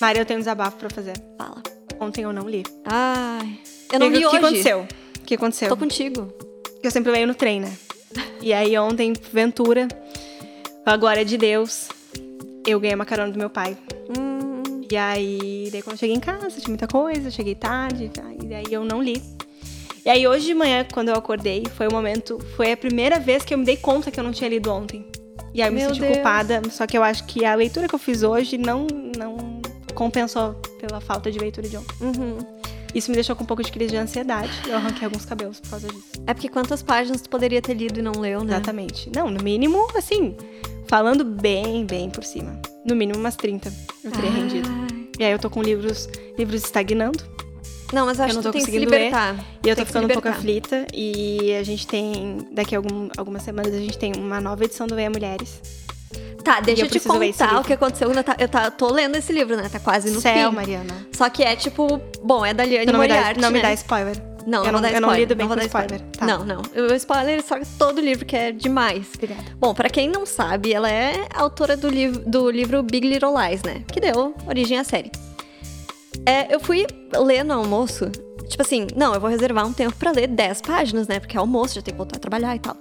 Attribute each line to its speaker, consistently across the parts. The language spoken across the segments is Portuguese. Speaker 1: Maria, eu tenho um desabafo pra fazer.
Speaker 2: Fala.
Speaker 1: Ontem eu não li.
Speaker 2: Ai. Eu não
Speaker 1: Teve-
Speaker 2: vi
Speaker 1: O
Speaker 2: hoje.
Speaker 1: que aconteceu? O que aconteceu?
Speaker 2: Tô contigo.
Speaker 1: Porque eu sempre leio no trem, né? E aí ontem, Ventura, com a glória de Deus, eu ganhei uma carona do meu pai.
Speaker 2: Hum,
Speaker 1: E aí, daí quando eu cheguei em casa, tinha muita coisa, cheguei tarde, tá? e daí eu não li. E aí hoje de manhã, quando eu acordei, foi o momento, foi a primeira vez que eu me dei conta que eu não tinha lido ontem. E aí eu me
Speaker 2: Meu
Speaker 1: senti
Speaker 2: Deus.
Speaker 1: culpada, só que eu acho que a leitura que eu fiz hoje não, não compensou pela falta de leitura de ontem.
Speaker 2: uhum.
Speaker 1: Isso me deixou com um pouco de crise de ansiedade, eu arranquei alguns cabelos por causa disso.
Speaker 2: É porque quantas páginas tu poderia ter lido e não leu, né?
Speaker 1: Exatamente. Não, no mínimo, assim, falando bem, bem por cima. No mínimo umas 30 eu
Speaker 2: Ah.
Speaker 1: teria rendido.
Speaker 2: Ai.
Speaker 1: E aí eu tô com livros, livros estagnando.
Speaker 2: Não, mas eu acho
Speaker 1: não
Speaker 2: que
Speaker 1: tô
Speaker 2: tu tem que se
Speaker 1: conseguindo ler.
Speaker 2: libertar.
Speaker 1: E eu
Speaker 2: Tem
Speaker 1: tô
Speaker 2: que se
Speaker 1: ficando um pouco
Speaker 2: libertar.
Speaker 1: aflita. E a gente tem, daqui a algum- algumas semanas, a gente tem uma nova edição do Veia Mulheres.
Speaker 2: Tá,
Speaker 1: E
Speaker 2: deixa
Speaker 1: eu
Speaker 2: eu te
Speaker 1: preciso ler esse
Speaker 2: contar o
Speaker 1: livro.
Speaker 2: que aconteceu. Eu, tá, eu tá- tô lendo esse livro, né? Tá quase no
Speaker 1: Céu,
Speaker 2: fim.
Speaker 1: Mariana.
Speaker 2: Só que é tipo, bom, é da Liane
Speaker 1: Tu não, me dá,
Speaker 2: Moriarty,
Speaker 1: não me
Speaker 2: né?
Speaker 1: dá spoiler.
Speaker 2: Não,
Speaker 1: eu não,
Speaker 2: não, vou dar
Speaker 1: eu não
Speaker 2: spoiler,
Speaker 1: lido bem
Speaker 2: vou
Speaker 1: com
Speaker 2: dar
Speaker 1: spoiler. Tá.
Speaker 2: Não, não. O spoiler só todo o livro que é demais.
Speaker 1: Obrigada.
Speaker 2: Bom, pra quem não sabe, ela é autora do, liv do livro Big Little Lies, né? Que deu origem à série. É, eu fui ler no almoço, tipo assim, não, eu vou reservar um tempo pra ler 10 páginas, né? Porque é almoço, já tem que voltar a trabalhar e tal.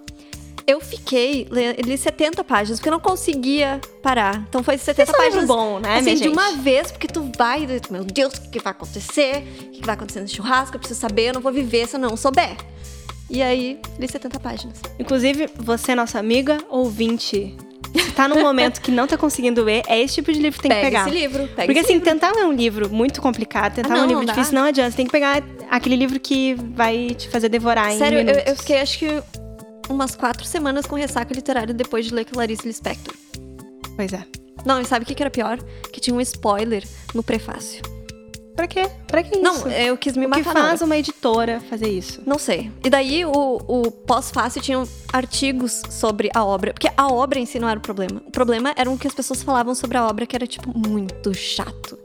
Speaker 2: Eu fiquei, le- li 70 páginas, porque eu não conseguia parar. Então foi
Speaker 1: Esse
Speaker 2: 70
Speaker 1: é um livro
Speaker 2: páginas
Speaker 1: bom, né,
Speaker 2: assim,
Speaker 1: minha
Speaker 2: de
Speaker 1: gente?
Speaker 2: uma vez, porque tu vai, e tu, meu Deus, o que que vai acontecer? O que que vai acontecer no churrasco? Eu preciso saber, eu não vou viver se eu não souber. E aí, li 70 páginas.
Speaker 1: Inclusive, você, é nossa amiga ouvinte, se tá num momento que não tá conseguindo ler, é esse tipo de livro que tem
Speaker 2: pega
Speaker 1: que pegar.
Speaker 2: esse livro, pega
Speaker 1: Porque
Speaker 2: esse
Speaker 1: assim, tentar ler um livro muito complicado, tentar
Speaker 2: Ah,
Speaker 1: ler
Speaker 2: não,
Speaker 1: um livro
Speaker 2: não dá.
Speaker 1: difícil, não adianta. Você tem que pegar aquele livro que vai te fazer devorar em
Speaker 2: Sério, eu,
Speaker 1: minutos.
Speaker 2: eu fiquei acho que umas quatro semanas com ressaca literária depois de ler Clarice Lispector.
Speaker 1: Pois é.
Speaker 2: Não, e sabe o que que era pior? Que tinha um spoiler no prefácio.
Speaker 1: Pra quê? Pra que isso?
Speaker 2: Não, eu quis me
Speaker 1: o que
Speaker 2: matar na hora.
Speaker 1: faz uma editora fazer isso?
Speaker 2: Não sei. E daí o, o pós-fácil tinham artigos sobre a obra. Porque a obra em si não era o problema. O problema era o que as pessoas falavam sobre a obra, que era, tipo, muito chato.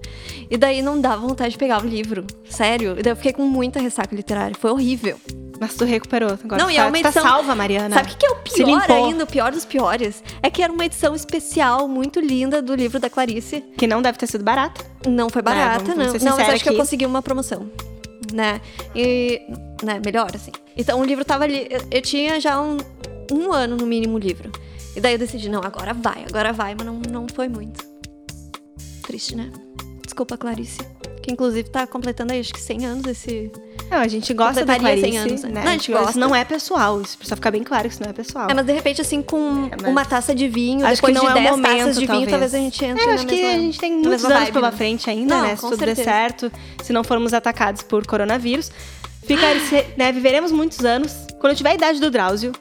Speaker 2: E daí não dava vontade de pegar o livro. Sério. E daí eu fiquei com muita ressaca literária. Foi horrível.
Speaker 1: Mas tu recuperou. Agora
Speaker 2: Não,
Speaker 1: tu
Speaker 2: e
Speaker 1: tá,
Speaker 2: é uma
Speaker 1: tu tá
Speaker 2: edição-
Speaker 1: salva, Mariana.
Speaker 2: Sabe o que que é o
Speaker 1: Se
Speaker 2: pior
Speaker 1: limpou.
Speaker 2: ainda? O pior dos piores? É que era uma edição especial, muito linda, do livro da Clarice.
Speaker 1: Que não deve ter sido barata.
Speaker 2: Não foi barata,
Speaker 1: É, vamos- vamos
Speaker 2: não.
Speaker 1: ser
Speaker 2: Não, mas
Speaker 1: sincera
Speaker 2: acho que eu
Speaker 1: aqui.
Speaker 2: consegui uma promoção, né? E, né, melhor, assim. Então, o livro tava ali... Eu, eu tinha já um, um ano, no mínimo, o livro. E daí eu decidi, não, agora vai, agora vai. Mas não, não foi muito. Triste, né? Desculpa, Clarice. Que, inclusive, tá completando aí, acho que 100 anos esse...
Speaker 1: Não, a gente gosta da
Speaker 2: Completaria
Speaker 1: Clarice,
Speaker 2: 100 anos, né?
Speaker 1: né?
Speaker 2: Não, a gente gosta.
Speaker 1: Isso não é pessoal. Isso precisa ficar bem claro que isso não é pessoal.
Speaker 2: É, mas de repente, assim, com
Speaker 1: É, mas-
Speaker 2: uma taça de vinho,
Speaker 1: Acho que
Speaker 2: depois
Speaker 1: não
Speaker 2: de
Speaker 1: é o
Speaker 2: 10
Speaker 1: momento,
Speaker 2: taças de vinho, talvez a gente entre
Speaker 1: É,
Speaker 2: na
Speaker 1: acho que
Speaker 2: mesma-
Speaker 1: a gente tem
Speaker 2: na
Speaker 1: muitos
Speaker 2: mesma
Speaker 1: anos
Speaker 2: vibe,
Speaker 1: pela
Speaker 2: né?
Speaker 1: frente ainda,
Speaker 2: Não,
Speaker 1: né? Se
Speaker 2: com
Speaker 1: tudo der
Speaker 2: certeza.
Speaker 1: certo, se não formos atacados por coronavírus.
Speaker 2: Ah.
Speaker 1: Ficar, se- né, viveremos muitos anos. Quando eu tiver a idade do Drauzio,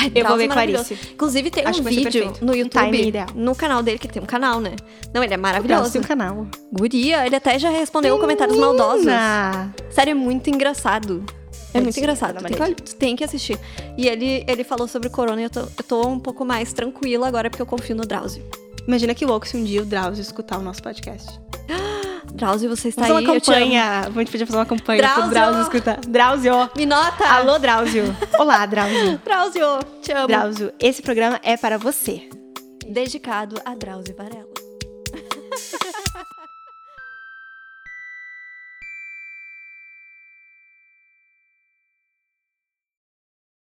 Speaker 2: Ai,
Speaker 1: Eu vou
Speaker 2: Drauzio
Speaker 1: ver
Speaker 2: maravilhoso.
Speaker 1: Clarice.
Speaker 2: Inclusive, tem
Speaker 1: Acho que
Speaker 2: um
Speaker 1: vai ser
Speaker 2: vídeo
Speaker 1: perfeito.
Speaker 2: no
Speaker 1: Um timing
Speaker 2: YouTube,
Speaker 1: ideal.
Speaker 2: no canal dele, que ele tem um canal, né? Não, ele é
Speaker 1: o Drauzio
Speaker 2: maravilhoso.
Speaker 1: tem um canal.
Speaker 2: Guria, ele até já respondeu comentários maldosos.
Speaker 1: Menina!
Speaker 2: Sério, é muito engraçado. É
Speaker 1: Vou
Speaker 2: muito
Speaker 1: te-
Speaker 2: engraçado.
Speaker 1: vou dar
Speaker 2: Tem
Speaker 1: uma
Speaker 2: que, tem que assistir. E ele, ele falou sobre o corona e eu tô, eu tô um pouco mais tranquila agora porque eu confio no Drauzio.
Speaker 1: Imagina que louco se um dia o Drauzio escutar o nosso podcast.
Speaker 2: Drauzio, você está
Speaker 1: Vamos fazer
Speaker 2: Tá aí.
Speaker 1: uma
Speaker 2: eu te amo.
Speaker 1: campanha. Vamos podia fazer uma campanha
Speaker 2: Drauzio! Tá.
Speaker 1: pro Drauzio escutar. Drauzio!
Speaker 2: Me nota!
Speaker 1: Alô, Drauzio! Olá, Drauzio!
Speaker 2: Drauzio! Te amo.
Speaker 1: Drauzio, esse programa é para você.
Speaker 2: Dedicado a Drauzio Varela.